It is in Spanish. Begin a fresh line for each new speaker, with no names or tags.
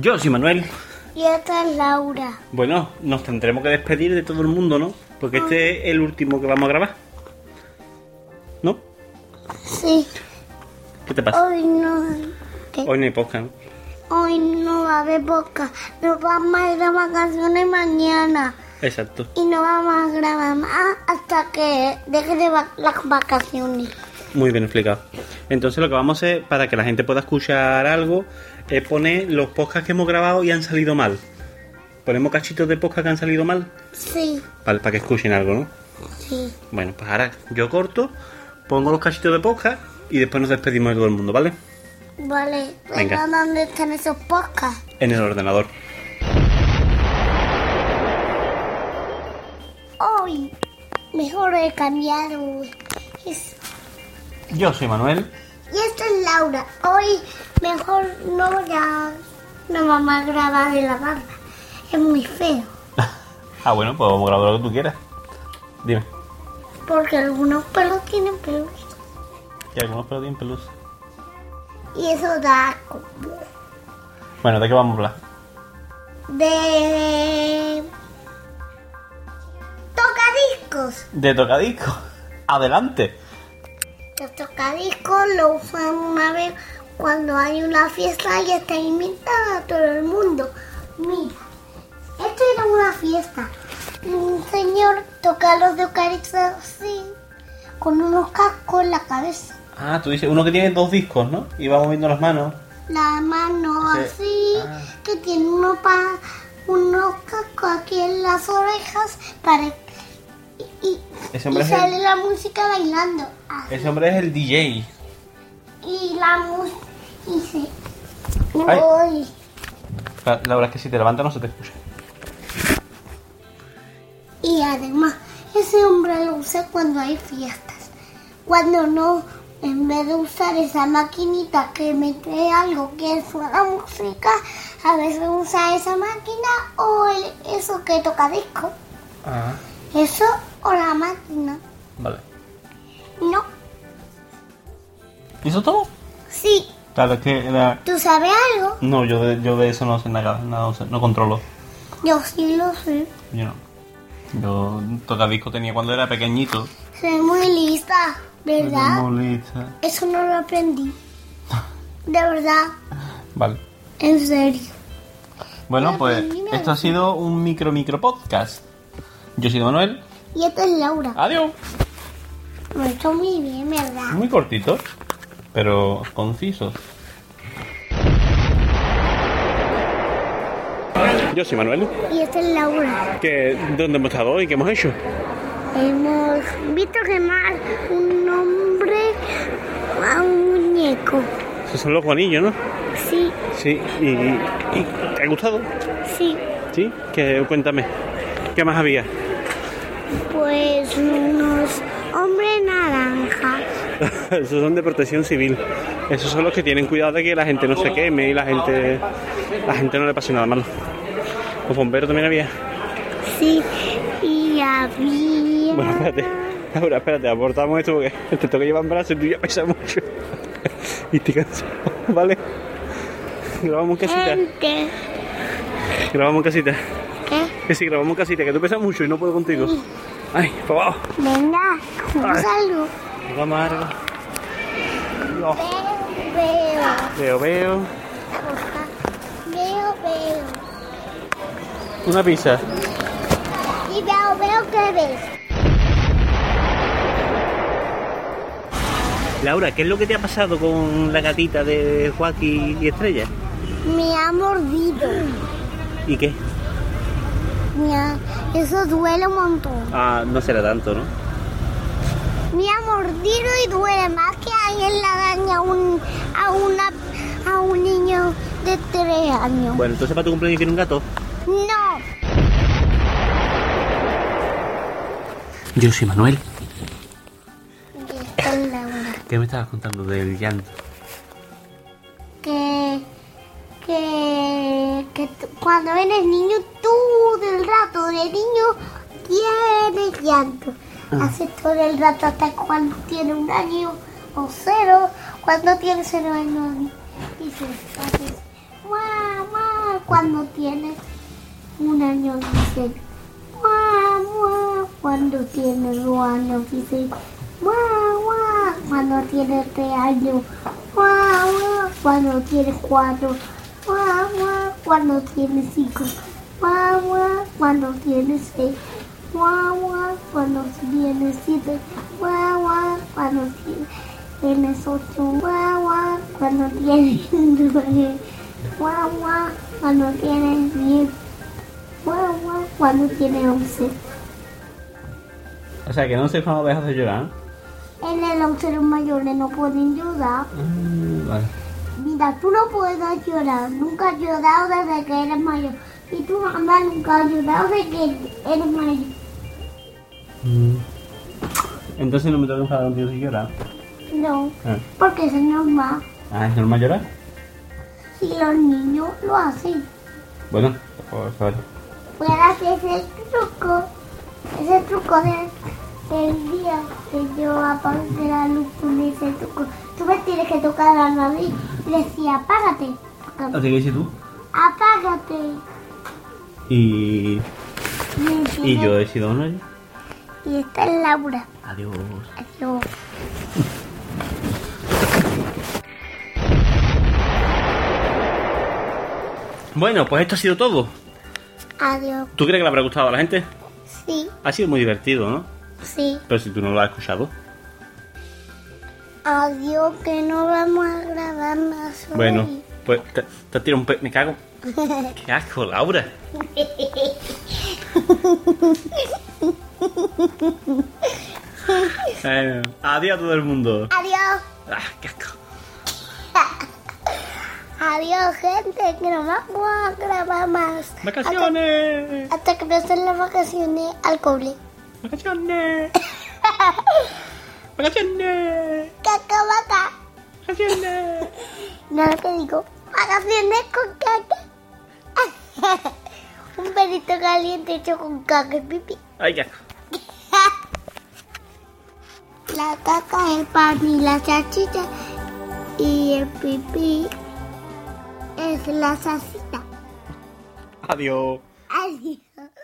Yo soy Manuel.
Y esta es Laura.
Bueno, nos tendremos que despedir de todo el mundo, ¿no? Porque este es el último que vamos a grabar. ¿No?
Sí,
¿Qué te pasa?
hoy no, ¿qué?
Hoy no hay podcast. ¿no?
hoy no va a haber boca. No vamos a grabar canciones mañana.
Exacto.
Y no vamos a grabar más hasta que deje de va- las vacaciones.
Muy bien explicado. Entonces lo que vamos a hacer para que la gente pueda escuchar algo es poner los podcasts que hemos grabado y han salido mal. Ponemos cachitos de podcast que han salido mal
Sí,
para, para que escuchen algo, ¿no?
sí.
Bueno, pues ahora yo corto, pongo los cachitos de podcast y después nos despedimos de todo el mundo, ¿vale?
Vale,
Venga.
¿Pero ¿dónde están esos podcasts?
En el ordenador.
Hoy mejor he cambiado. Es-
Yo soy Manuel.
Y esta es Laura. Hoy mejor no voy a... No vamos a grabar de la barba. Es muy feo.
Ah, bueno, pues vamos a grabar lo que tú quieras. Dime.
Porque algunos pelos tienen pelos.
Y algunos pelos tienen pelusa.
Y eso da asco.
Bueno, ¿de qué vamos a hablar?
De... Tocadiscos.
De tocadiscos. Adelante.
Los tocadiscos lo usan una vez cuando hay una fiesta y está invitada a todo el mundo. Mira, esto era una fiesta. Un señor toca los tocadiscos así, con unos cascos en la cabeza.
Ah, tú dices, uno que tiene dos discos, ¿no? Y va moviendo las manos.
La mano
Sí.
así,
Ah.
que tiene uno pa- unos cascos aquí en las orejas para... Y, y-
Ese hombre
y
es el-
sale la música bailando. así.
Ese hombre es el DJ.
Y la música. Y se.
Ay.
Uy,
La, la verdad es que si te levantas no se te escucha.
Y además, ese hombre lo usa cuando hay fiestas. Cuando no, en vez de usar esa maquinita que mete algo que es la música, a veces usa esa máquina o el- eso que toca disco.
Ah,
Eso o la máquina.
vale.
No,
¿Y eso todo?
sí.
Claro, es que... la-
¿Tú sabes algo?
No, yo de, yo de eso no sé nada, no, sé, no controlo.
Yo sí lo sé.
Yo no. Yo tocadisco tenía cuando era pequeñito.
Soy muy lista, ¿verdad?
Era muy lista.
Eso no lo aprendí. De verdad,
Vale.
en serio.
Bueno,
Hola,
pues
primero.
esto ha sido un micro micro podcast. Yo soy Manuel.
Y esta es Laura.
Adiós.
Lo he hecho muy bien, ¿verdad?
Muy cortito, pero conciso. Yo soy Manuel.
Y esta es Laura.
¿Qué, ¿Dónde hemos estado hoy? ¿Qué hemos hecho?
Hemos visto quemar un hombre a un muñeco.
Esos son los guanillos, ¿no?
Sí,
Sí. ¿Y, y- te ha gustado?
sí.
Sí. Que, cuéntame. ¿Qué más había?
Pues unos hombres naranjas.
Esos son de protección civil. Esos son los que tienen cuidado de que la gente no se queme y la gente, la gente no le pase nada malo. Los bomberos también había.
Sí. Y había.
Bueno, espérate. Ahora, espérate, aportamos esto porque te toca llevar en brazos y tú ya pesas mucho. y te cansas, ¿vale? Grabamos en casita,
gente.
grabamos en casita.
¿Qué?
Que sí, grabamos en casita, que tú pesas mucho y no puedo contigo. Ay, para abajo.
Venga, juguemos algo.
Vamos a darlo. No. Veo,
Veo, veo.
veo.
Veo, veo.
Una pizza.
Y veo, veo que ves.
Laura, ¿qué es lo que te ha pasado con la gatita de Joaquín y Estrella?
Me ha mordido.
¿Y qué?
Me ha- Eso duele un montón.
Ah, no será tanto, ¿no?
Me ha mordido y duele más que alguien le daña a un, a, una, a un niño de tres años.
Bueno, entonces para tu cumpleaños quiero un gato.
No.
Yo soy Manuel.
Y esta es Laura.
¿Qué me estabas contando del llanto?
Que, que, que tú- cuando eres niño, todo el rato de niño tienes llanto. Haces todo el rato hasta cuando tienes un año o cero, cuando tienes cero años. Dices, haces, guau, guau, cuando tienes un año dicen guau guau cuando tienes dos años dicen guau guau cuando tienes tres años guau guau cuando tienes cuatro guau guau cuando tienes cinco guau guau cuando tienes seis guau guau cuando tienes siete guau guau cuando tienes tienes ocho guau guau cuando tienes nueve guau guau cuando tienes diez guau guau cuando tienes once
O sea, que no sé cómo dejas de llorar.
en el once los mayores no pueden llorar
Mm, vale.
mira tú no puedes llorar nunca has llorado desde que eres mayor y tu mamá nunca ha llorado desde que eres mayor
Mm. Entonces no me tengo que enfadar contigo si llorar.
no
Ah.
porque eso es normal
Ah, ¿es normal llorar?
si los niños lo hacen
Bueno, pues vale.
Puedes hacer el truco, ese truco de- del día que yo apagué la luz con ese truco. Tú me tienes que tocar la nariz y decir apágate,
Así que dices tú.
apágate.
Y,
me
y
tienes-
yo he sido uno.
Y esta es Laura.
Adiós.
Adiós.
Bueno, pues esto ha sido todo.
Adiós.
¿Tú crees que le habrá gustado a la gente?
Sí,
Ha sido muy divertido, ¿no?
sí.
Pero si tú no lo has escuchado.
Adiós, que no vamos a grabar más. hoy.
Bueno, pues te, te tiro un pe... Me cago. ¡Qué asco, Laura! Eh, adiós a todo el mundo.
Adiós.
Ah, qué asco.
Adiós, gente, que no vamos a grabar más.
¡Vacaciones!
Hasta que pasen las vacaciones al coble.
¡Vacaciones! ¡Vacaciones!
Caca vaca.
¡Vacaciones!
No lo que digo. Vacaciones con caca. Un perrito caliente hecho con caca y pipí.
¡Ay, qué asco!
La caca, el pan y la salchicha. Y el pipí es la salsita.
Adiós.
Adiós.